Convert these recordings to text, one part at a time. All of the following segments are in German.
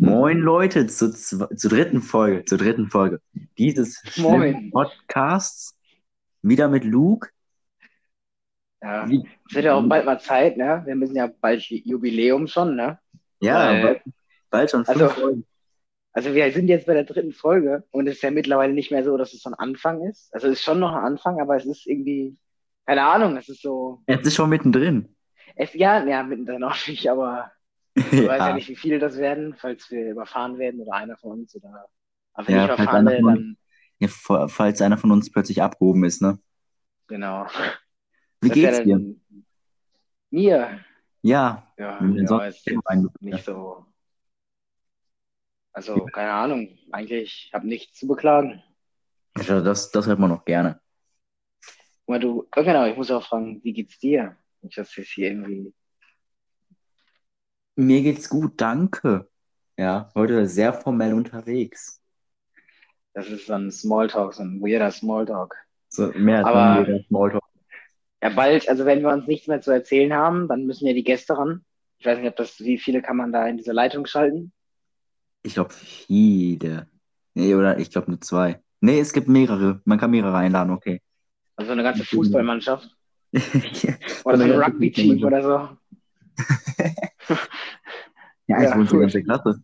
Moin Leute, zu, zw- zur dritten Folge, zur dritten Folge dieses schlimmen Moin. Podcasts. Wieder mit Luke. Ja. Wie- Es wird ja auch bald mal Zeit, ne? Wir müssen ja bald Jubiläum schon, ne? Ja, Weil- bald, bald schon fünf Also- Folgen. Also wir sind jetzt bei der dritten Folge und es ist ja mittlerweile nicht mehr so, dass es so ein Anfang ist. Also es ist schon noch ein Anfang, aber es ist irgendwie, keine Ahnung, es ist so, Jetzt ist schon mittendrin. es, ja, ja, mittendrin auch nicht, aber ich weiß ja nicht, wie viele das werden, falls wir überfahren werden oder einer von uns oder, aber wenn Ja, ich falls überfahren einer werde, von uns- dann, Ja, fa- falls einer von uns plötzlich abgehoben ist, ne? genau. Wie Das geht's wäre dir? dann- Mir, Ja, Ja, Wenn wir ja, sonst ist jetzt keinen Eindruck nicht so. Also, keine Ahnung. Eigentlich habe nichts zu beklagen. also das, das hört man noch gerne. Guck mal, du, oh, genau, ich muss auch fragen, wie geht's dir? Nicht, dass das hier irgendwie. Mir geht's gut, danke. Ja, heute sehr formell unterwegs. Das ist so ein Smalltalk, so ein weirder Smalltalk. So, mehr als Aber- wenn wir das Smalltalk. Ja, bald, also wenn wir uns nichts mehr zu erzählen haben, dann müssen ja die Gäste ran. Ich weiß nicht, ob das, wie viele kann man da in diese Leitung schalten? Ich glaube, viele. Nee, oder ich glaube nur zwei. Nee, es gibt mehrere. Man kann mehrere einladen, okay. Also eine ganze Fußballmannschaft oder Eine so ein ganze Rugby-Team oder Fußballmannschaft. so. Ja, ich Ja, wohne die cool. ganze Klasse.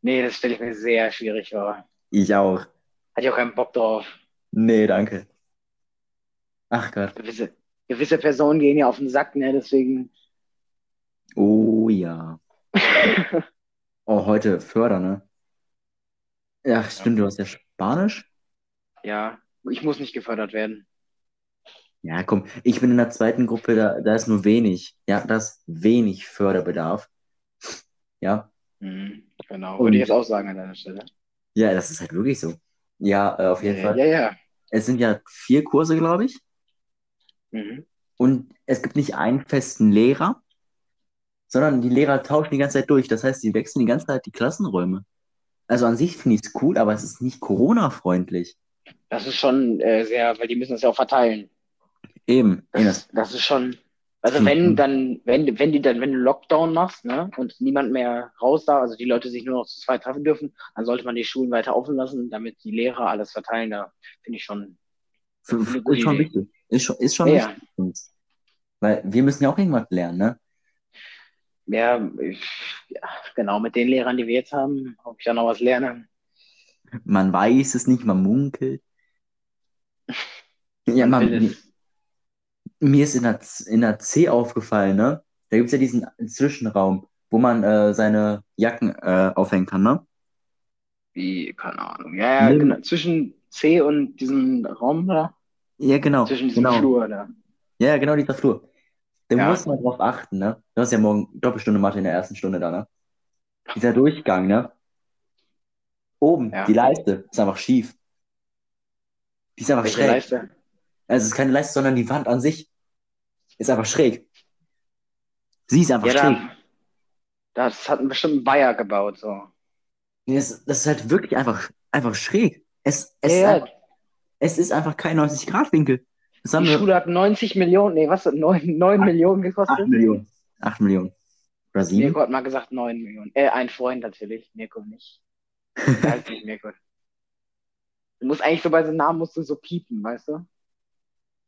Nee, das stelle ich mir sehr schwierig vor. Hatte Ich auch. ich auch keinen Bock drauf. Nee, danke. Ach Gott. gewisse, gewisse Personen gehen ja auf den Sack, ne? Deswegen, Oh ja. Oh, heute Förder, ne? Ach, stimmt, du hast ja Spanisch? ja, ich muss nicht gefördert werden. Ja, komm, ich bin in der zweiten Gruppe, da, da ist nur wenig. Ja, da ist wenig Förderbedarf. Ja. Mhm, genau, Und- würde ich jetzt auch sagen an deiner Stelle. Ja, das ist halt wirklich so. Ja, äh, auf jeden Ja, Fall. ja, ja. Es sind ja vier Kurse, glaube ich. Mhm. Und es gibt nicht einen festen Lehrer, sondern die Lehrer tauschen die ganze Zeit durch. Das heißt, sie wechseln die ganze Zeit die Klassenräume. Also an sich finde ich es cool, aber es ist nicht Corona-freundlich. Das ist schon äh, sehr, weil die müssen das ja auch verteilen. Eben. Das, Eben. ist- das ist schon, also Mhm. wenn dann, wenn, wenn die dann, wenn du Lockdown machst, ne, und niemand mehr raus darf, also die Leute sich nur noch zu zweit treffen dürfen, dann sollte man die Schulen weiter offen lassen, damit die Lehrer alles verteilen. Da finde ich schon, F- f- eine gute ist schon Idee. wichtig. Ist schon, ist schon Ja. wichtig für uns. Weil wir müssen ja auch irgendwas lernen, ne? ja, ich, ja, genau, mit den Lehrern, die wir jetzt haben, ob ich da noch was lerne. Man weiß es nicht, man munkelt. Ja, Man man, will es. mir ist in der, Z- in der C aufgefallen, ne? Da gibt es ja diesen Zwischenraum, wo man äh, seine Jacken äh, aufhängen kann, ne? Wie, keine Ahnung. Ja, ja, Nee. genau. Zwischen C und diesem Raum da. Ja, genau. Zwischen diesem genau. Flur da. Ja, genau dieser Flur. Da Ja. muss man drauf achten, ne? Du hast ja morgen Doppelstunde Mathe in der ersten Stunde da, ne? Dieser Durchgang, ne? Oben, Ja. die Leiste, ist einfach schief. Die ist einfach Welche schräg. Leiste? Also es ist keine Leiste, sondern die Wand an sich ist einfach schräg. Sie ist einfach Ja, schräg. da. Das hat bestimmt ein Bayer gebaut, so. Das, das ist halt wirklich einfach, einfach schräg. Es, es, Ja, ist ja, einfach, es ist einfach kein 90-Grad-Winkel. Das haben die wir Schule hat 90 Millionen, nee, was, 9, 9 Acht- Millionen 8 gekostet? Millionen. 8 Millionen. Oder 7? Mirko hat mal gesagt 9 Millionen. Äh, ein Freund natürlich, Mirko nicht. Der heißt nicht Mirko. Du musst eigentlich so bei so einem Namen musst du so piepen, weißt du?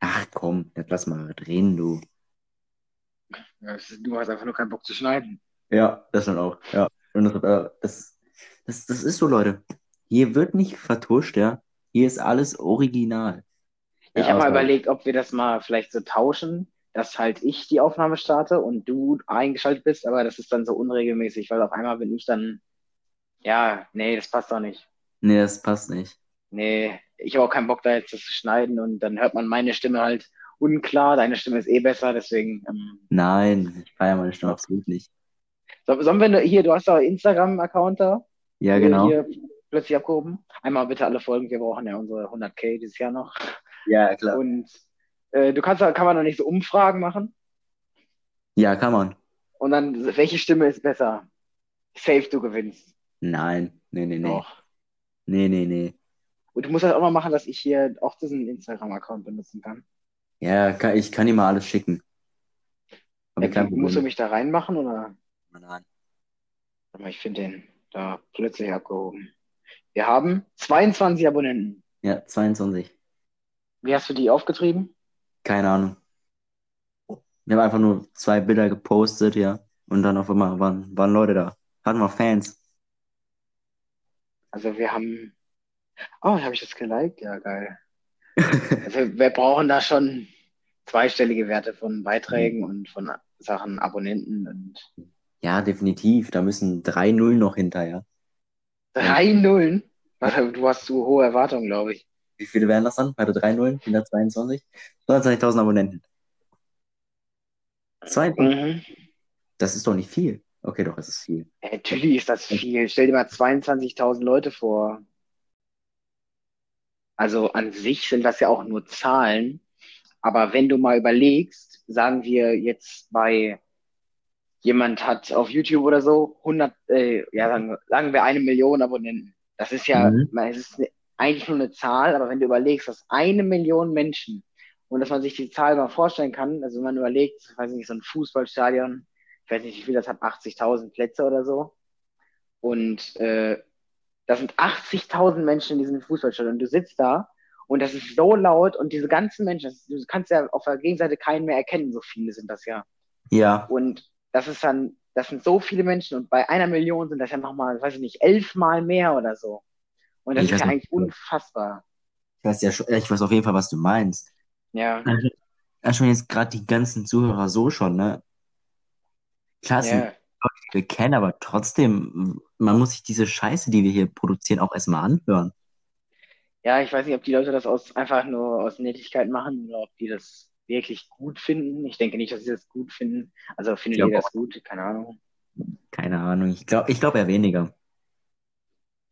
Ach komm, jetzt lass mal reden, du. Ja, das ist- Du hast einfach nur keinen Bock zu schneiden. Ja, das schon auch. Ja. Und das, äh, das, das, das ist so, Leute. Hier wird nicht vertuscht, ja. Hier ist alles original. Ich habe mal aber- überlegt, ob wir das mal vielleicht so tauschen, dass halt ich die Aufnahme starte und du eingeschaltet bist, aber das ist dann so unregelmäßig, weil auf einmal bin ich dann, ja, nee, das passt doch nicht. Nee, das passt nicht. Nee, ich habe auch keinen Bock, da jetzt das zu schneiden und dann hört man meine Stimme halt unklar, deine Stimme ist eh besser, deswegen, ähm, Nein, ich feiere meine Stimme absolut nicht. so- sollen wir, hier, du hast doch einen Instagram-Account da, Ja, genau. hier plötzlich abgehoben. Einmal bitte alle folgen, wir brauchen ja unsere 100k dieses Jahr noch. Ja, klar. Und äh, du kannst, da- kann man noch nicht so Umfragen machen. Ja, kann man. Und dann, welche Stimme ist besser? Safe, du gewinnst. Nein, nee, nee, nee. Doch. Nee, nee, nee. Und du musst halt auch mal machen, dass ich hier auch diesen Instagram-Account benutzen kann. Ja, kann, ich kann dir mal alles schicken. Aber Ja, kein musst du Problem. mich da reinmachen oder? Nein. Aber ich finde den da plötzlich abgehoben. Wir haben 22 Abonnenten. Ja, 22. Wie hast du die aufgetrieben? Keine Ahnung. Wir haben einfach nur zwei Bilder gepostet, ja. Und dann auf einmal waren, waren Leute da. Hatten wir Fans. Also wir haben. Oh, habe ich das geliked? Ja, geil. Also wir brauchen da schon zweistellige Werte von Beiträgen Mhm. und von Sachen Abonnenten und Ja, definitiv. Da müssen drei Nullen noch hinterher. drei Nullen. Warte, Du hast zu hohe Erwartungen, glaube ich. Wie viele wären das dann? Hatte drei Nullen, 122? 29.000 Abonnenten. 22. Mhm. Das ist doch nicht viel. Okay, doch, es ist viel. Ja, Natürlich ist das viel. Stell dir mal 22.000 Leute vor. Also an sich sind das ja auch nur Zahlen. Aber wenn du mal überlegst, sagen wir jetzt bei jemand hat auf YouTube oder so 100, äh, ja, sagen, wir- sagen wir eine Million Abonnenten. Das ist ja, Mhm. man- es ist ne- eigentlich nur eine Zahl, aber wenn du überlegst, dass eine Million Menschen und dass man sich die Zahl mal vorstellen kann, also wenn man überlegt, ich weiß nicht, so ein Fußballstadion, ich weiß nicht, wie viel das hat, 80.000 Plätze oder so. Und äh, das sind 80.000 Menschen in diesem Fußballstadion. Und du sitzt da und das ist so laut und diese ganzen Menschen, das, du kannst ja auf der Gegenseite keinen mehr erkennen, so viele sind das ja. Ja, Und das ist dann, das sind so viele Menschen und bei einer Million sind das ja nochmal, weiß ich nicht, elfmal mehr oder so. Und das Ich ist weiß ja nicht. eigentlich unfassbar. ich weiß ja schon, ich weiß auf jeden Fall, was du meinst. Ja, Ja, schon jetzt gerade die ganzen Zuhörer so schon, ne? Klar, es sind ja. Leute, die wir kennen, aber trotzdem, man muss sich diese Scheiße, die wir hier produzieren, auch erstmal anhören. Ja, ich weiß nicht, ob die Leute das aus, einfach nur aus Nettigkeit machen oder ob die das wirklich gut finden. Ich denke nicht, dass sie das gut finden. Also findet Ja, ihr das gut? Keine Ahnung. Keine Ahnung, ich glaube ich glaub eher weniger.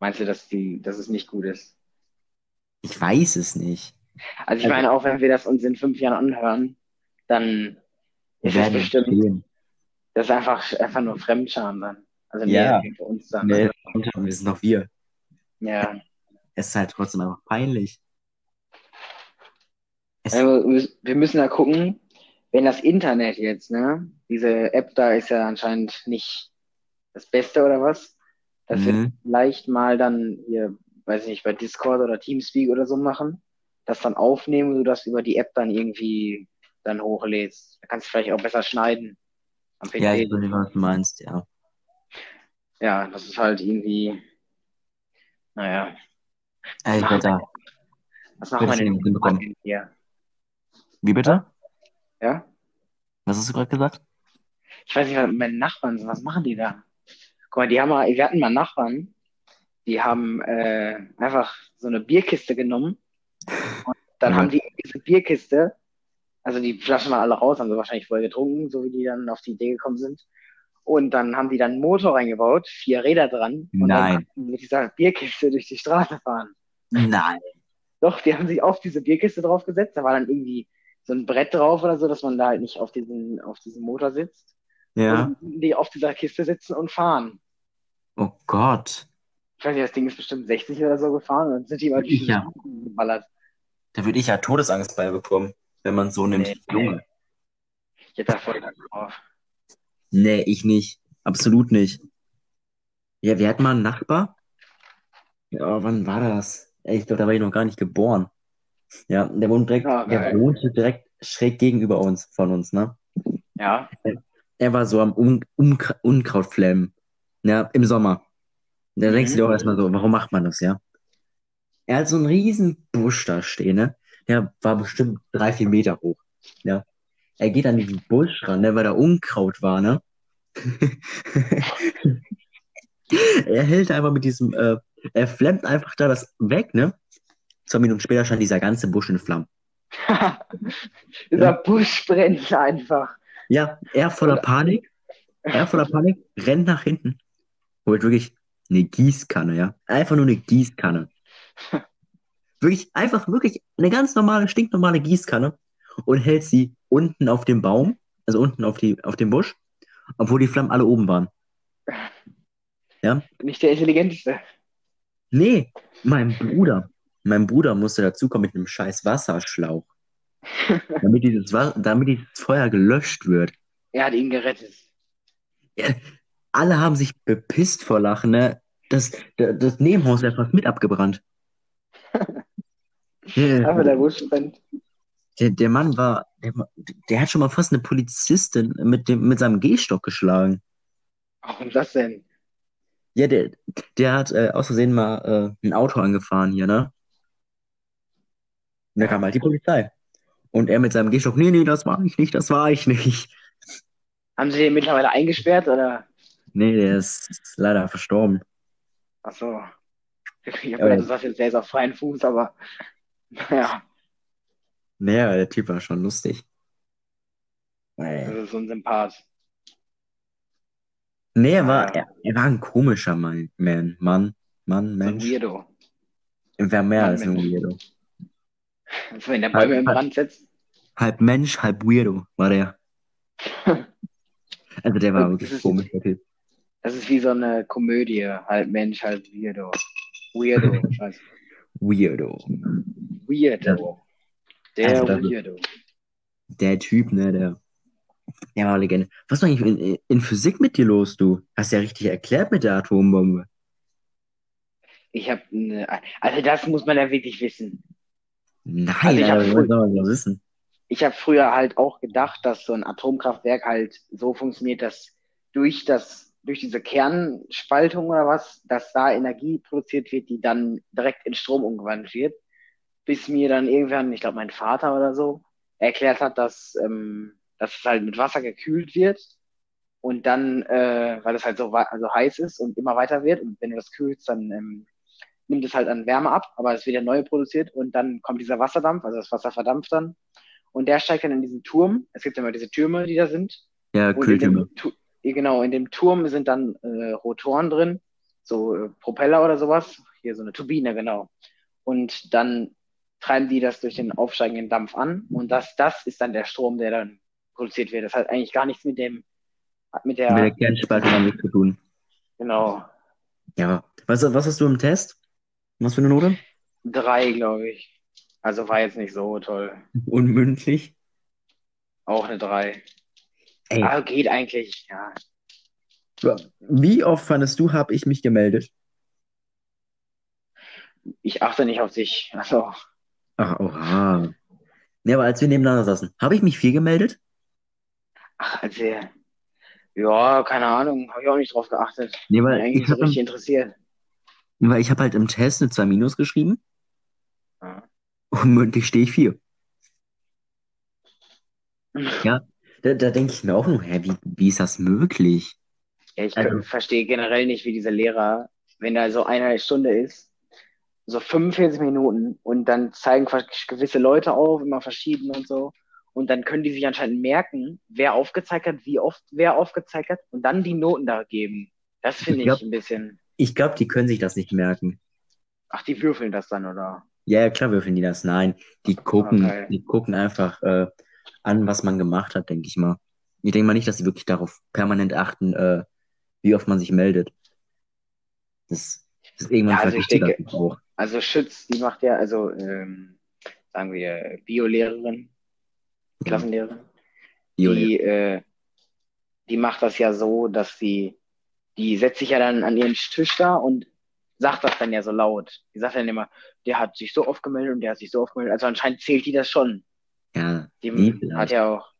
Meinst du, dass die, dass es nicht gut ist? Ich weiß es nicht. Also ich Also- meine, auch wenn wir das uns in fünf Jahren anhören, dann Wir ist es werden bestimmt, sehen. das ist einfach, einfach nur Fremdscham dann. Also Ja. mehr für uns dann. Nee, wir sind noch wir. Ja. Es ist halt trotzdem einfach peinlich. Es, Also, wir müssen da gucken, wenn das Internet jetzt, ne, diese App da ist ja anscheinend nicht das Beste oder was, dass wir Mhm. vielleicht mal dann hier, weiß ich nicht, bei Discord oder Teamspeak oder so machen, das dann aufnehmen, sodass du über die App dann irgendwie dann hochlädst. Da kannst du vielleicht auch besser schneiden am PC. ja, ich weiß nicht, was du meinst, ja. Ja, das ist halt irgendwie, naja, Ey, Äh, ich wette, was machen wir Würdest du denn den hinbekommen? jetzt hier? wie bitte? Ja? Was hast du gerade gesagt? Ich weiß nicht, was meine Nachbarn sind, was machen die da? Guck mal, die haben mal, wir hatten mal Nachbarn, die haben äh, einfach so eine Bierkiste genommen und dann Ja. haben die diese Bierkiste, also die Flaschen waren alle raus, haben sie wahrscheinlich vorher getrunken, so wie die dann auf die Idee gekommen sind. Und dann haben die dann einen Motor reingebaut, vier Räder dran und Nein. dann konnten die mit dieser Bierkiste durch die Straße fahren. Nein. Doch, die haben sich auf diese Bierkiste draufgesetzt. Da war dann irgendwie so ein Brett drauf oder so, dass man da halt nicht auf diesen, auf diesem Motor sitzt. Ja. Und die auf dieser Kiste sitzen und fahren. Oh Gott. Ich weiß nicht, das Ding ist bestimmt 60 oder so gefahren und dann sind die immer durch die Ja. Straßen geballert. Da würde ich ja Todesangst bei bekommen, wenn man so nimmt. Nee. Junge. Ich hätte da voll Bock drauf. Nee, ich nicht. Absolut nicht. Ja, wir hatten mal einen Nachbar. Ja, wann war das? Ey, ich glaube, da war ich noch gar nicht geboren. Ja, der wohnt direkt, Ah, der geil. wohnte direkt schräg gegenüber uns, von uns, ne? Ja, er war so am um um Unkraut flämmen. Ja, im Sommer. Da Mhm. denkst du dir auch erstmal so, warum macht man das, ja? Er hat so einen riesen Busch da stehen, ne? Der war bestimmt drei, vier Meter hoch. Ja. Er geht an diesen Busch ran, ne, weil da Unkraut war, ne? er hält einfach mit diesem, äh, er flammt einfach da das weg, ne? Zwei Minuten später stand dieser ganze Busch in Flammen. dieser Busch brennt einfach. Ja, er voller Panik, er voller Panik, rennt nach hinten. Holt wirklich eine Gießkanne, ja. Einfach nur eine Gießkanne. Wirklich, einfach wirklich eine ganz normale, stinknormale Gießkanne und hält sie unten auf dem Baum, also unten auf, die, auf dem Busch, obwohl die Flammen alle oben waren. Nicht der intelligenteste. Nee, mein Bruder, mein Bruder musste dazukommen mit einem scheiß Wasserschlauch, damit dieses, Wa- damit dieses Feuer gelöscht wird. Er hat ihn gerettet. Ja, alle haben sich bepisst vor Lachen, ne? Das, das, das Nebenhaus wäre fast mit abgebrannt. der, Einfach der Wurststand. der, der Mann war, der, der hat schon mal fast eine Polizistin mit, dem, mit seinem Gehstock geschlagen. Warum das denn? Ja, der, der hat äh, aus Versehen mal äh, ein Auto angefahren hier, ne? Und da kam halt die Polizei. Und er mit seinem Gehstock, nee, nee, das war ich nicht, das war ich nicht. Haben sie den mittlerweile eingesperrt oder? Nee, der ist leider verstorben. Ach so. Ich hab Ja, gedacht, du sagst jetzt, der ist auf freien Fuß, aber naja, Naja, der Typ war schon lustig. Weil- das ist so ein Sympath. Nee, er war, Ja. er, er war ein komischer Mann, Man, Mann, Mann, So ein Mensch. Weirdo. Er war mehr Mann, als ein Mensch. Weirdo. Also, wenn der Bäume in Halt, Brand setzt. Halb Mensch, halb Weirdo war der. Also der war wirklich Das ist- komisch, der Typ. Das ist wie so eine Komödie. Halb Mensch, halb Weirdo. Weirdo, scheiße. Weirdo. Weirdo. Der Also, das ist- Weirdo. Der Typ, ne, der, der war Legende. Was war eigentlich in, in Physik mit dir los, du? Hast ja richtig erklärt mit der Atombombe. Ich habe eine. Also das muss man ja wirklich wissen. Nein, Also ich hab Alter, früh- was soll man das wissen? Ich habe früher halt auch gedacht, dass so ein Atomkraftwerk halt so funktioniert, dass durch das, durch diese Kernspaltung oder was, dass da Energie produziert wird, die dann direkt in Strom umgewandelt wird. Bis mir dann irgendwann, ich glaube, mein Vater oder so, erklärt hat, dass, ähm, dass es halt mit Wasser gekühlt wird und dann, äh, weil es halt so, wa- so heiß ist und immer weiter wird und wenn du das kühlst, dann ähm, nimmt es halt an Wärme ab, aber es wird ja neu produziert und dann kommt dieser Wasserdampf, also das Wasser verdampft dann und der steigt dann in diesen Turm. Es gibt ja immer diese Türme, die da sind. Ja, Und in Kühltürme. dem, Tu- ja, genau, in dem Turm sind dann äh, Rotoren drin, so äh, Propeller oder sowas. Hier so eine Turbine, genau. Und dann treiben die das durch den aufsteigenden Dampf an. Und das, das ist dann der Strom, der dann produziert wird. Das hat eigentlich gar nichts mit dem, hat mit der, Mit der Kernspaltung haben nichts zu tun. genau, Ja. Was, was hast du im Test? Was für eine Note? drei, glaube ich. Also war jetzt nicht so toll. Unmündlich. Auch eine drei. Ey. Aber geht eigentlich, ja. Wie oft fandest du, habe ich mich gemeldet? Ich achte nicht auf dich. Also, Ach, Ah, oha. Ja, aber als wir nebeneinander saßen, habe ich mich viel gemeldet? ach, also, ja, keine Ahnung, habe ich auch nicht drauf geachtet. Nee, weil eigentlich ich so habe richtig interessiert. weil ich hab halt im Test eine 2 Minus geschrieben Ah. Ja. und mündlich stehe ich 4. Da, da denke ich mir auch nur, hä, wie, wie ist das möglich? Ich Also- kö- verstehe generell nicht, wie diese Lehrer, wenn da so eine Stunde ist, so 45 Minuten und dann zeigen ver- gewisse Leute auf, immer verschieden und so. Und dann können die sich anscheinend merken, wer aufgezeigt hat, wie oft wer aufgezeigt hat und dann die Noten da geben. Das finde Ich ich glaub- ein bisschen. Ich glaube, die können sich das nicht merken. Ach, die würfeln das dann, oder? Ja, ja, klar würfeln die das. Nein, die gucken, Okay. die gucken einfach äh, an, was man gemacht hat, denke ich mal. Ich denke mal nicht, dass sie wirklich darauf permanent achten, äh, wie oft man sich meldet. Das, das irgendwann Ja, also ich vergisst die denke- das auch. Also Schütz, die macht ja, also ähm, sagen wir Biolehrerin, Klassenlehrerin. Juli. die, äh, die macht das ja so, dass sie, die setzt sich ja dann an ihren Tisch da und sagt das dann ja so laut. Die sagt dann immer, der hat sich so oft gemeldet und der hat sich so oft gemeldet. Also anscheinend zählt die das schon. Ja, Die Nee, vielleicht. hat ja auch.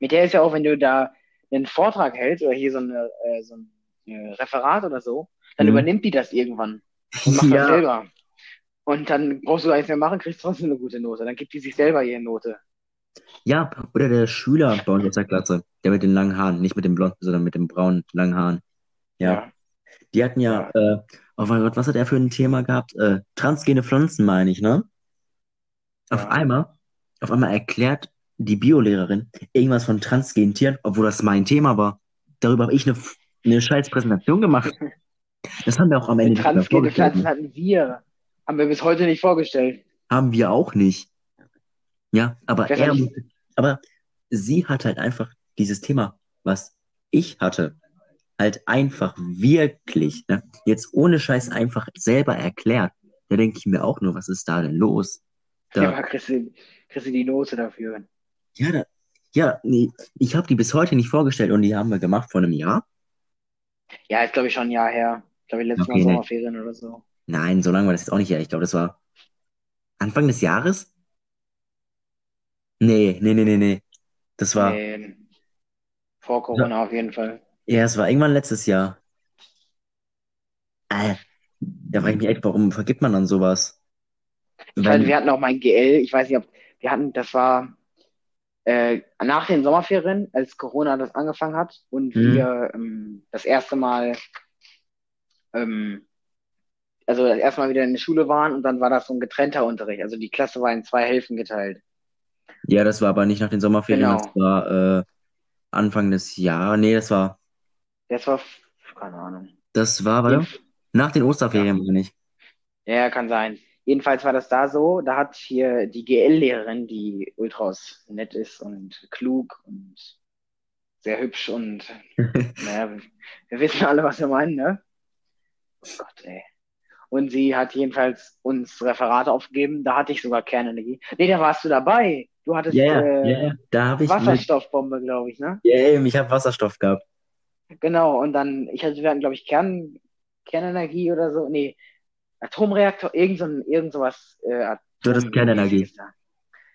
Mit der ist ja auch, wenn du da einen Vortrag hältst oder hier so, eine, äh, so ein äh, Referat oder so, dann Mhm. übernimmt die das irgendwann und macht das ja, selber. Und dann brauchst du gar nichts mehr machen, kriegst trotzdem eine gute Note. Dann gibt die sich selber ihre Note. ja, oder der Schüler bei uns aus der Klasse, der mit den langen Haaren, nicht mit dem blonden, sondern mit dem braunen langen Haaren. Ja, die hatten ja, äh, oh mein Gott, was hat er für ein Thema gehabt? Äh, transgene Pflanzen, meine ich, ne? Auf Ja. einmal, auf einmal erklärt die Biolehrerin irgendwas von transgenen Tieren, obwohl das mein Thema war. Darüber habe ich eine, eine scheiß Präsentation gemacht. Das haben wir auch am Ende Eine nicht mehr transgene vorgestellt, Pflanzen ne? hatten wir. Haben wir bis heute nicht vorgestellt. Haben wir auch nicht. Ja, aber Das er, hab ich- musste- aber sie hat halt einfach dieses Thema, was ich hatte, halt einfach wirklich, ne, jetzt ohne Scheiß einfach selber erklärt. Da denke ich mir auch nur, was ist da denn los? Da, Ja, kriegst du, kriegst du die Note dafür. ja, da, ja, nee, ich habe die bis heute nicht vorgestellt und die haben wir gemacht vor einem Jahr. Ja, ist glaube ich schon ein Jahr her. Ich glaube, letztes Okay, Mal ne. Sommerferien oder so. Nein, so lange war das jetzt auch nicht her. Ich glaube, das war Anfang des Jahres? Nee, nee, nee, nee, nee. Das war, Nee, vor Corona auf jeden Fall. ja, es war irgendwann letztes Jahr. Äh, da frage ich mich echt, warum vergibt man dann sowas? Ich weiß, wir Weil, hatten auch mein GL, ich weiß nicht, ob wir hatten, das war äh, nach den Sommerferien, als Corona das angefangen hat und hm, wir ähm, das erste Mal, ähm, also das erste Mal wieder in der Schule waren und dann war das so ein getrennter Unterricht. Also die Klasse war in zwei Hälften geteilt. ja, das war aber nicht nach den Sommerferien, das Genau. war äh, Anfang des Jahres. Nee, das war, Das war, f- keine Ahnung. das war, warte, Jedenf nach den ja. Osterferien, meine ich. Ja, kann sein. Jedenfalls war das da so. Da hat hier die GL-Lehrerin, die ultras nett ist und klug und sehr hübsch und naja, wir wir wissen alle, was wir meinen, ne? Oh Gott, ey. Und sie hat jedenfalls uns Referate aufgegeben. Da hatte ich sogar Kernenergie. Nee, da warst du dabei. Du Ja, hattest ja, ja, äh, ja. Da habe ich mit, Wasserstoffbombe, glaube ich, ne? ja, eben, ich habe Wasserstoff gehabt. Genau. Und dann, ich hatte, wir hatten, glaube ich, Kern, Kernenergie oder so. Nee, Atomreaktor, irgend so, ein- irgend so was äh, Du hattest Kernenergie. Atommäßiges da.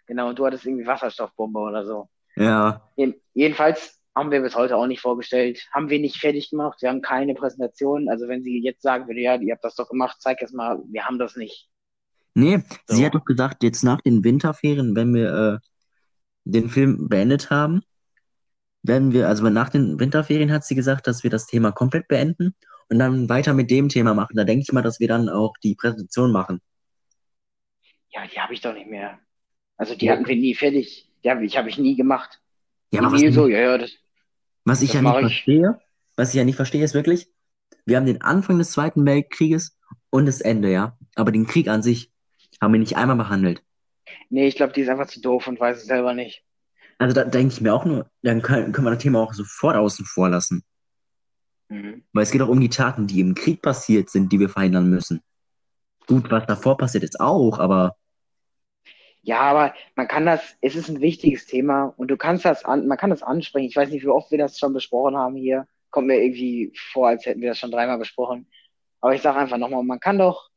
Genau, und du hattest irgendwie Wasserstoffbombe oder so. Ja, Jeden- Jedenfalls haben wir bis heute auch nicht vorgestellt, haben wir nicht fertig gemacht, wir haben keine Präsentation. Also wenn sie jetzt sagen würde, ja, ihr habt das doch gemacht, zeig es mal, wir haben das nicht. nee, sie hat So. doch gesagt, jetzt nach den Winterferien, wenn wir äh, den Film beendet haben, werden wir, also nach den Winterferien hat sie gesagt, dass wir das Thema komplett beenden und dann weiter mit dem Thema machen. Da denke ich mal, dass wir dann auch die Präsentation machen. Ja, die habe ich doch nicht mehr. Also die Ja, hatten wir nie fertig. Die habe ich, habe ich nie gemacht. ja, Die aber was, Nil so, ja, ja, das, was ich das ja nicht mache ich. verstehe, was ich ja nicht verstehe, ist wirklich, wir haben den Anfang des Zweiten Weltkrieges und das Ende, ja. Aber den Krieg an sich haben wir nicht einmal behandelt. Nee, ich glaube, die ist einfach zu doof und weiß es selber nicht. Also da denke ich mir auch nur, dann können, können wir das Thema auch sofort außen vor lassen. Mhm. Weil es geht auch um die Taten, die im Krieg passiert sind, die wir verhindern müssen. Gut, was davor passiert ist auch, aber Ja, aber man kann das, es ist ein wichtiges Thema und du kannst das an, man kann das ansprechen. Ich weiß nicht, wie oft wir das schon besprochen haben hier. Kommt mir irgendwie vor, als hätten wir das schon dreimal besprochen. Aber ich sage einfach nochmal, man kann doch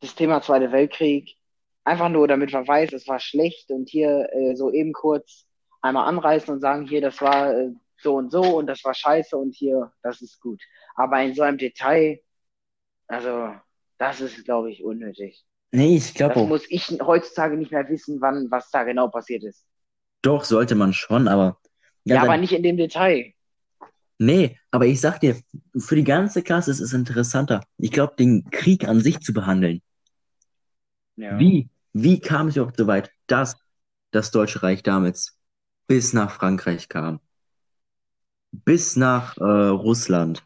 das Thema Zweiter Weltkrieg einfach nur, damit man weiß, es war schlecht und hier äh, so eben kurz einmal anreißen und sagen, hier, das war äh, so und so und das war scheiße und hier, das ist gut. Aber in so einem Detail, also das ist, glaube ich, unnötig. nee, ich glaube Das auch. muss ich heutzutage nicht mehr wissen, wann was da genau passiert ist. Doch, sollte man schon, aber Ja, ganz aber ehrlich, nicht in dem Detail. nee, aber ich sag dir, für die ganze Klasse ist es interessanter. Ich glaube, den Krieg an sich zu behandeln. Ja. Wie, wie kam es überhaupt so weit, dass das Deutsche Reich damals bis nach Frankreich kam, bis nach äh, Russland?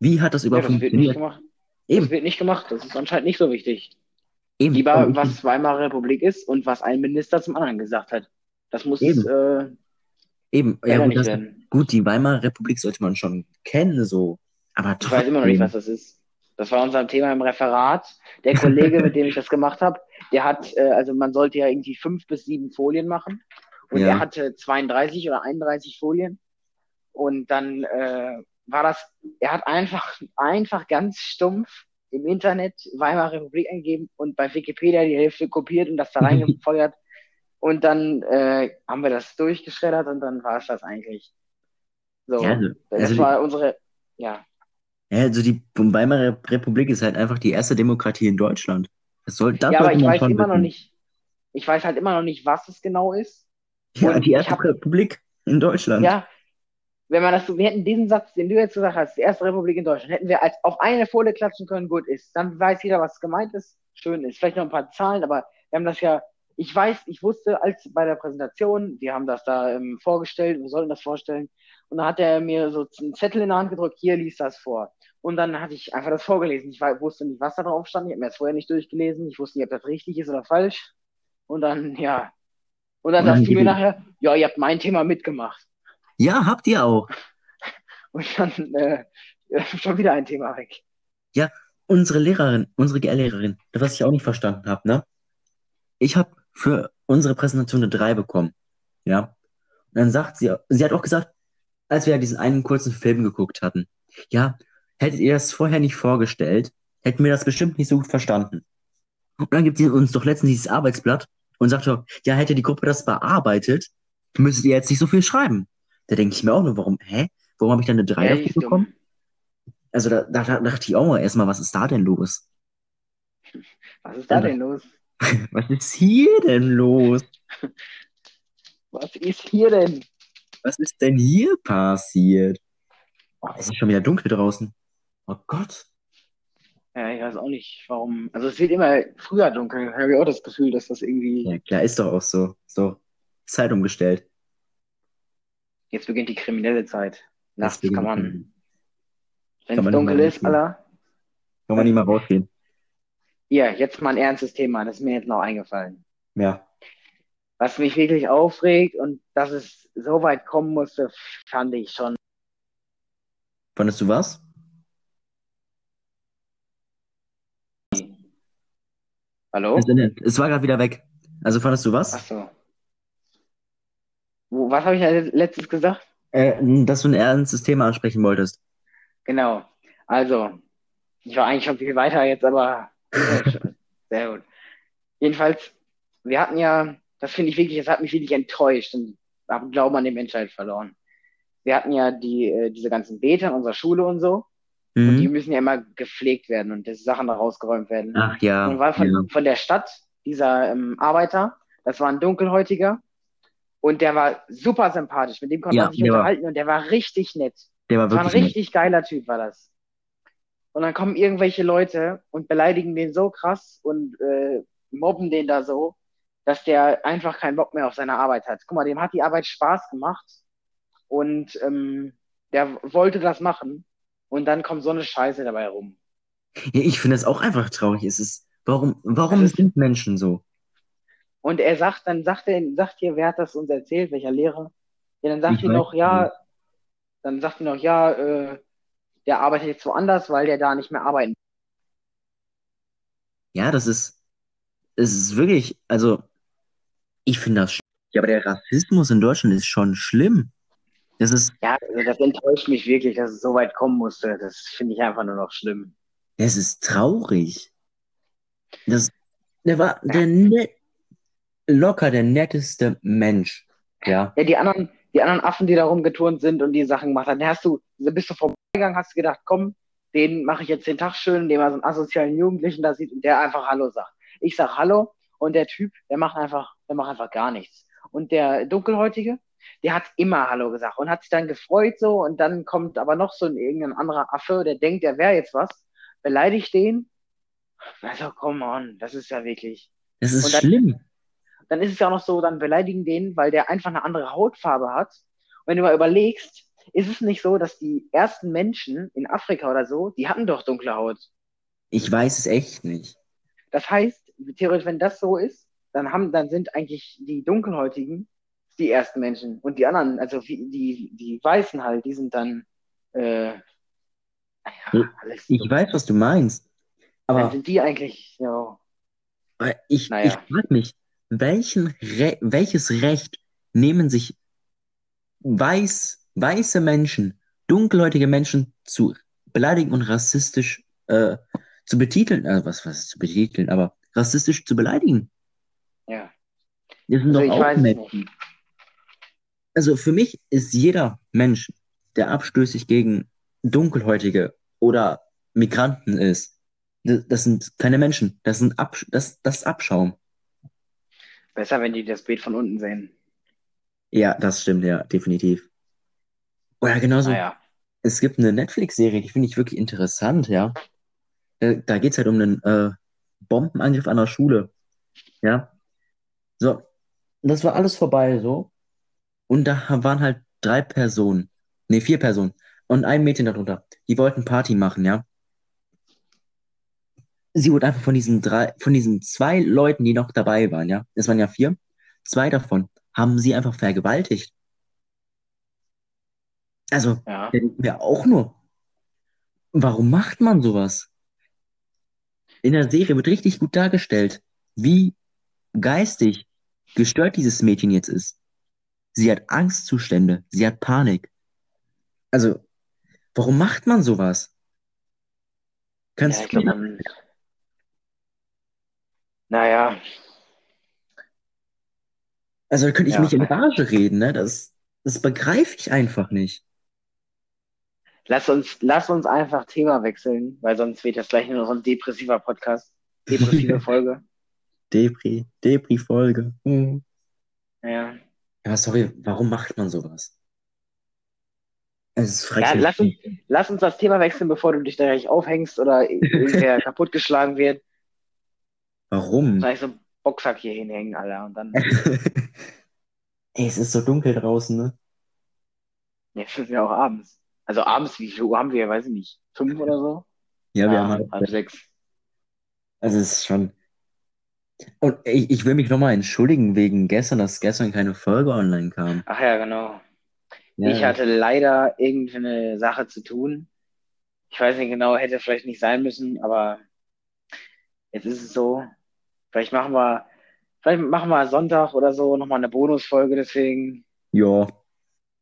Wie hat das Ja, überhaupt das wird nicht funktioniert? gemacht. Das Eben, wird nicht gemacht. Das ist anscheinend nicht so wichtig. eben. Also Lieber, ich, was Weimarer Republik ist und was ein Minister zum anderen gesagt hat. Das muss eben, äh, eben. Ja länger gut, nicht das, werden. gut, die Weimarer Republik sollte man schon kennen, so, aber Ich weiß immer noch nicht, was trotzdem. das ist. Das war unser Thema im Referat. Der Kollege, mit dem ich das gemacht habe, der hat, äh, also man sollte ja irgendwie fünf bis sieben Folien machen. Und er Ja, hatte 32 oder 31 Folien. Und dann äh, war das, er hat einfach, einfach ganz stumpf im Internet Weimarer Republik eingegeben und bei Wikipedia die Hälfte kopiert und das da reingefeuert. Und dann äh, haben wir das durchgeschreddert und dann war es das eigentlich. ja, So, also, also das die. war unsere, ja, Ja, also die Weimarer Republik ist halt einfach die erste Demokratie in Deutschland. Das soll, das ja, aber sollte ich man weiß schon immer noch wissen. nicht, ich weiß halt immer noch nicht, was es genau ist. Ja, Und die ich erste habe, Republik in Deutschland. ja, wenn man das so, wir hätten diesen Satz, den du jetzt gesagt hast, die erste Republik in Deutschland, hätten wir als auf eine Folie klatschen können, gut ist. Dann weiß jeder, was gemeint ist, schön ist. Vielleicht noch ein paar Zahlen, aber wir haben das ja, ich weiß, ich wusste, als bei der Präsentation, wir haben das da ähm, vorgestellt, wir sollten das vorstellen. Und dann hat er mir so einen Zettel in der Hand gedrückt, hier liest das vor. Und dann hatte ich einfach das vorgelesen. Ich war, wusste nicht, was da drauf stand. Ich habe mir das vorher nicht durchgelesen. Ich wusste nicht, ob das richtig ist oder falsch. Und dann, ja. Und dann Und dann sagst du mir gebe nachher, ja, ihr habt mein Thema mitgemacht. Ja, habt ihr auch. Und dann äh, schon wieder ein Thema weg. Ja, unsere Lehrerin, unsere GL-Lehrerin, das, was ich auch nicht verstanden habe, ne? Ich habe für unsere Präsentation eine 3 bekommen. Ja. Und dann sagt sie, sie hat auch gesagt, als wir diesen einen kurzen Film geguckt hatten. Ja, hättet ihr das vorher nicht vorgestellt, hätten wir das bestimmt nicht so gut verstanden. Und dann gibt ihr uns doch letztens dieses Arbeitsblatt und sagt doch, ja, hätte die Gruppe das bearbeitet, müsstet ihr jetzt nicht so viel schreiben. Da denke ich mir auch nur, warum, hä? Warum habe ich dann eine 3 Ja, die dafür ist dumm. bekommen? Also da, da, da dachte ich auch mal erstmal, was ist da denn los? Was ist da denn los? Was ist hier denn los? Was ist hier denn? Was ist denn hier passiert? Oh, es ist schon wieder dunkel draußen. Oh Gott. Ja, ich weiß auch nicht, warum. Also es wird immer früher dunkel. Da habe ich auch das Gefühl, dass das irgendwie. Ja, klar, ist doch auch so. So, Zeit umgestellt. Jetzt beginnt die kriminelle Zeit. Nachts Deswegen kann man. Wenn kann es man dunkel immer ist, rausgehen. Alter. Kann man nicht mal rausgehen. Ja, jetzt mal ein ernstes Thema. Das ist mir jetzt noch eingefallen. Ja. Was mich wirklich aufregt und dass es so weit kommen musste, fand ich schon. Fandest du was? Hallo? Das Internet- Es war gerade wieder weg. Also fandest du was? Achso. Wo, was habe ich als letztes gesagt? Äh, dass du ein ernstes Thema ansprechen wolltest. Genau. Also, ich war eigentlich schon viel weiter jetzt, aber sehr gut. Jedenfalls, wir hatten ja, das finde ich wirklich, das hat mich wirklich enttäuscht und habe Glauben an die Menschheit verloren. Wir hatten ja die, äh, diese ganzen Bete an unserer Schule und so, und die Mhm. müssen ja immer gepflegt werden und dass Sachen da rausgeräumt werden. Ach ja. Und war von, ja. von der Stadt, dieser ähm, Arbeiter, das war ein Dunkelhäutiger. Und der war super sympathisch. Mit dem konnte Ja, man sich der war- unterhalten und der war richtig nett. Der war Das war ein Also wirklich nett. richtig geiler Typ, war das. Und dann kommen irgendwelche Leute und beleidigen den so krass und äh, mobben den da so, dass der einfach keinen Bock mehr auf seine Arbeit hat. Guck mal, dem hat die Arbeit Spaß gemacht und ähm, der wollte das machen. Und dann kommt so eine Scheiße dabei rum. Ja, ich finde das auch einfach traurig. Es ist, warum, warum Das ist- sind Menschen so? Und er sagt, dann sagt er, sagt hier, wer hat das uns erzählt, welcher Lehrer? Ja, dann sagt Ich ihn weiß noch, ja, dann sagt ihn noch, ja, äh, der arbeitet jetzt woanders, weil der da nicht mehr arbeiten. Ja, das ist, es ist wirklich, also, ich finde das sch- Ja, aber der Rassismus in Deutschland ist schon schlimm. Das ist, Ja, also das enttäuscht mich wirklich, dass es so weit kommen musste. Das finde ich einfach nur noch schlimm. es ist traurig. Das, der war der ne locker der netteste Mensch. Ja. Ja, die anderen, die anderen Affen, die da rumgeturnt sind und die Sachen gemacht haben, da hast du, da bist du vorbeigegangen, hast gedacht, komm, den mache ich jetzt den Tag schön, indem er so einen asozialen Jugendlichen da sieht und der einfach Hallo sagt. Ich sag Hallo und der Typ, der macht einfach, der macht einfach gar nichts. Und der Dunkelhäutige, der hat immer Hallo gesagt und hat sich dann gefreut so und dann kommt aber noch so ein irgendein anderer Affe, der denkt, der wäre jetzt was, beleidigt den. Also, come on, das ist ja wirklich. Das ist Und dann- schlimm. dann ist es ja auch noch so, dann beleidigen den, weil der einfach eine andere Hautfarbe hat. Und wenn du mal überlegst, ist es nicht so, dass die ersten Menschen in Afrika oder so, die hatten doch dunkle Haut. Ich weiß es echt nicht. Das heißt, theoretisch, wenn das so ist, dann haben, dann sind eigentlich die Dunkelhäutigen die ersten Menschen. Und die anderen, also wie, die, die Weißen halt, die sind dann, äh, naja, alles. Ich weiß, was du meinst. Dann Aber sind die eigentlich, ja, Weil Ich, Naja. ich frage mich, welchen Re welches Recht nehmen sich weiß, weiße Menschen, dunkelhäutige Menschen zu beleidigen und rassistisch äh, zu betiteln? Äh, was, was ist zu betiteln, aber rassistisch zu beleidigen? ja. Wir sind Also doch ich auch weiß es Menschen. Also für mich ist jeder Mensch, der abstößig gegen Dunkelhäutige oder Migranten ist, das, das sind keine Menschen, das sind Absch das, das ist Abschaum. Besser, wenn die das Bild von unten sehen. Ja, das stimmt, ja, definitiv. Oh genau Oder genauso, Naja. es gibt eine Netflix-Serie, die finde ich wirklich interessant, ja. Äh, Da geht es halt um einen äh, Bombenangriff an der Schule. Ja. So, das war alles vorbei, so. Und da waren halt drei Personen, nee, vier Personen und ein Mädchen darunter. Die wollten Party machen, ja. Sie wurde einfach von diesen drei, von diesen zwei Leuten, die noch dabei waren, ja. Es waren ja vier. Zwei davon haben sie einfach vergewaltigt. Also, Ja. denken wir auch nur, warum macht man sowas? In der Serie wird richtig gut dargestellt, wie geistig gestört dieses Mädchen jetzt ist. Sie hat Angstzustände, sie hat Panik. Also, warum macht man sowas? Kannst Ja, ich du glaube, man. Naja, Also, da könnte ich Ja. mich in Rage reden, ne? Das, das begreife ich einfach nicht. lass uns, lass uns einfach Thema wechseln, weil sonst wird das gleich nur noch ein depressiver Podcast. Depressive Folge. Depri, Depri-Folge. Hm. Mhm. Ja. Ja, sorry, warum macht man sowas? Es fragt Ja, mich lass uns- nicht. Lass uns das Thema wechseln, bevor du dich da gleich aufhängst oder irgendwer kaputtgeschlagen wird. Warum? Gleich so einen Boxsack hier hinhängen, Alter. Und dann. Ey, es ist so dunkel draußen, ne? Jetzt ist ja auch abends. Also abends, wie viel Uhr haben wir? Weiß ich nicht. Fünf oder so? Ja, wir Ja, haben halb halt, sechs. also es ist schon. Und ich, ich will mich nochmal entschuldigen wegen gestern, dass gestern keine Folge online kam. Ach ja, genau. Ja, Ich hatte leider irgendeine Sache zu tun. Ich weiß nicht genau, hätte vielleicht nicht sein müssen, aber jetzt ist es so. Vielleicht machen wir, vielleicht machen wir Sonntag oder so nochmal eine Bonusfolge, deswegen ja,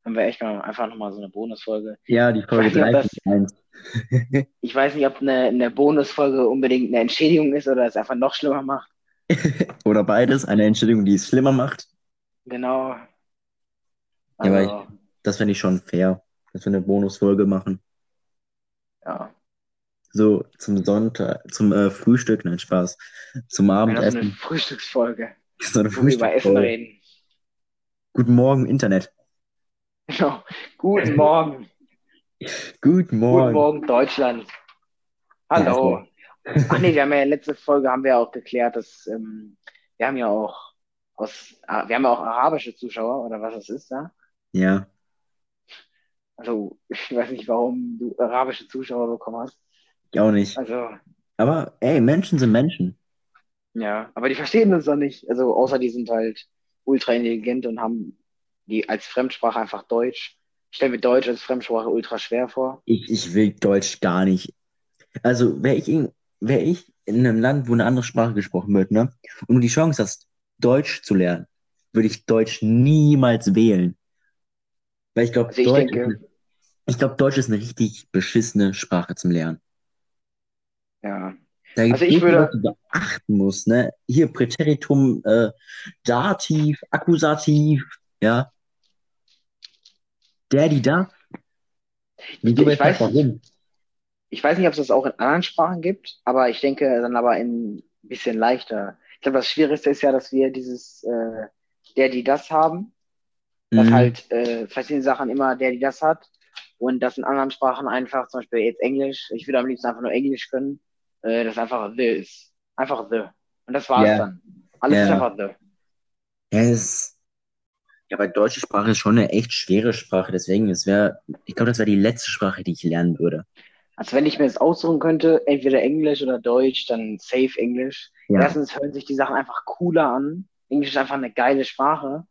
haben wir echt mal einfach nochmal so eine Bonusfolge. ja, die Folge Ich weiß 3 nicht, ob das- Ich weiß nicht, ob eine, eine Bonusfolge unbedingt eine Entschädigung ist oder es einfach noch schlimmer macht. Oder beides, eine Entschuldigung, die es schlimmer macht. Genau. aber Also, Das fände ich schon fair, dass wir eine Bonusfolge machen. ja. So zum Sonntag, zum äh, Frühstück, nein, Spaß. Zum Genau, so eine Abendessen. Frühstücksfolge, So eine wo wir über Essen Frühstücksfolge. reden. Guten Morgen, Internet. Genau. Guten Morgen. Guten Guten Morgen. Morgen, Deutschland. Hallo. Ach nee, wir haben ja letzte Folge haben wir auch geklärt, dass ähm, wir haben ja auch aus ah, wir haben ja auch arabische Zuschauer oder was das ist da. Ja, Also ich weiß nicht, warum du arabische Zuschauer bekommen hast. ich auch nicht. Also Aber ey, Menschen sind Menschen. ja, aber die verstehen uns doch nicht. Also außer die sind halt ultra intelligent und haben die als Fremdsprache einfach Deutsch. Ich stelle mir Deutsch als Fremdsprache ultra schwer vor. Ich, ich will Deutsch gar nicht. Also, wäre ich, in- wär ich in einem Land, wo eine andere Sprache gesprochen wird, ne? Und du die Chance hast, Deutsch zu lernen, würde ich Deutsch niemals wählen. Weil ich glaube, Also ich Deutsch, denke- ist- ich glaub, Deutsch ist eine richtig beschissene Sprache zum Lernen. Ja. Da gibt's Also ich so viel, würde- was du beachten musst, ne? Hier Präteritum, äh, Dativ, Akkusativ, ja. Der, die da. Wieso Ich weißt du weiß warum? Ich weiß nicht, ob es das auch in anderen Sprachen gibt, aber ich denke dann aber in ein bisschen leichter. Ich glaube, das Schwierigste ist ja, dass wir dieses äh, der, die das haben, dass Mhm. halt äh, verschiedene Sachen immer der, die das hat und das in anderen Sprachen einfach, zum Beispiel jetzt Englisch, ich würde am liebsten einfach nur Englisch können, äh, das einfach the ist. Einfach the. Und das war's Ja. dann. Alles Ja. ist einfach the. Ja, es, ja, weil deutsche Sprache ist schon eine echt schwere Sprache, deswegen, es wäre, ich glaube, das wäre die letzte Sprache, die ich lernen würde. Also wenn ich mir das aussuchen könnte, entweder Englisch oder Deutsch, dann safe Englisch. Ja. Erstens hören sich die Sachen einfach cooler an. Englisch ist einfach eine geile Sprache.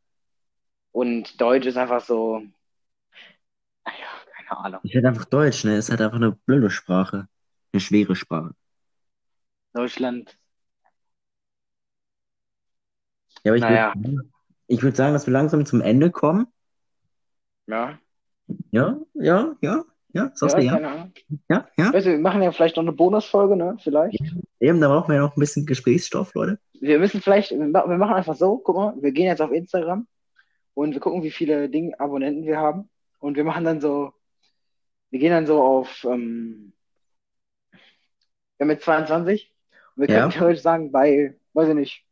Und Deutsch ist einfach so, naja, keine Ahnung. Ist halt einfach Deutsch, ne? Ist halt einfach eine blöde Sprache. Eine schwere Sprache. Deutschland, Ja, aber ich Naja. würde, ich würde sagen, dass wir langsam zum Ende kommen. ja. Ja, ja, ja, ja, sagst du ja, ja. keine Ahnung. Ja, ja. Weißt du, wir machen ja vielleicht noch eine Bonusfolge, ne? Vielleicht. Eben, da brauchen wir ja noch ein bisschen Gesprächsstoff, Leute. Wir müssen vielleicht, wir ma- wir machen einfach so, guck mal, wir gehen jetzt auf Instagram und wir gucken, wie viele Ding Abonnenten wir haben. Und wir machen dann so, wir gehen dann so auf, ähm, wir haben jetzt 22 und wir Ja. können theoretisch sagen, bei, weiß ich nicht,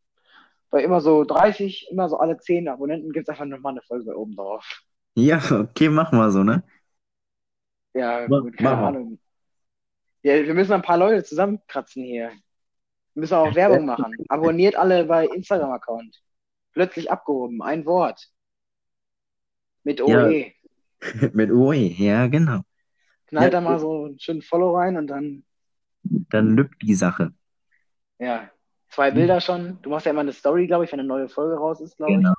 bei immer so 30, immer so alle 10 Abonnenten gibt es einfach nochmal eine Folge oben drauf. Ja, okay, machen wir so, ne? Ja, Ma- gut, keine machen wir. Ahnung. Ja, wir müssen ein paar Leute zusammenkratzen hier. Wir müssen auch Werbung machen. Abonniert alle bei Instagram-Account. Plötzlich abgehoben, ein Wort. Mit OE. Mit OE, ja, genau. Knallt da Ja. mal so einen schönen Follow rein und dann, Dann lübt die Sache. ja, Mhm. zwei Bilder schon. Du machst ja immer eine Story, glaube ich, wenn eine neue Folge raus ist, glaube ich. Genau.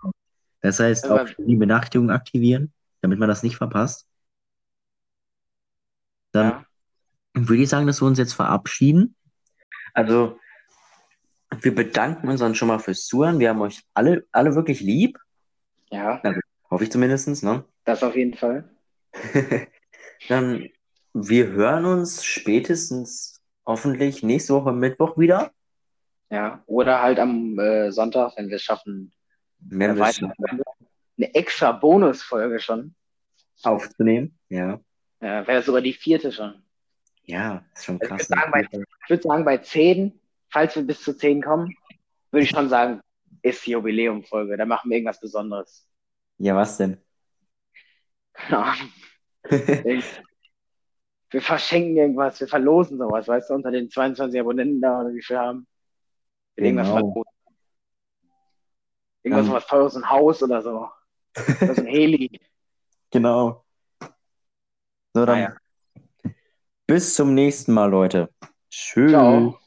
Das heißt, Aber- auch die Benachrichtigung aktivieren, damit man das nicht verpasst. Dann Ja. würde ich sagen, dass wir uns jetzt verabschieden. Also, wir bedanken uns dann schon mal fürs Zuhören. Wir haben euch alle, alle wirklich lieb. ja, Hoffe ich zumindest, ne? das auf jeden Fall. Dann, wir hören uns spätestens hoffentlich nächste Woche Mittwoch wieder. Ja, oder halt am äh, Sonntag, wenn wir es schaffen, äh, Wenn wir es weiter- eine extra Bonusfolge schon. aufzunehmen. Ja. Ja, Wäre sogar die vierte schon. Ja, ist schon Ich krass. würd sagen, Ich würde sagen, bei zehn, falls wir bis zu zehn kommen, würde ich schon sagen, ist die Jubiläumfolge. Da machen wir irgendwas Besonderes. Ja, was denn? Keine Ahnung. wir verschenken irgendwas, wir verlosen sowas, weißt du, unter den 22 Abonnenten da oder wie viel haben. Wird Irgendwas Genau. verlosen. Irgendwas Dann- was teures, ein Haus oder so. Oder so ein Heli. Genau. So, dann Naja. bis zum nächsten Mal, Leute. Tschüss. Ciao.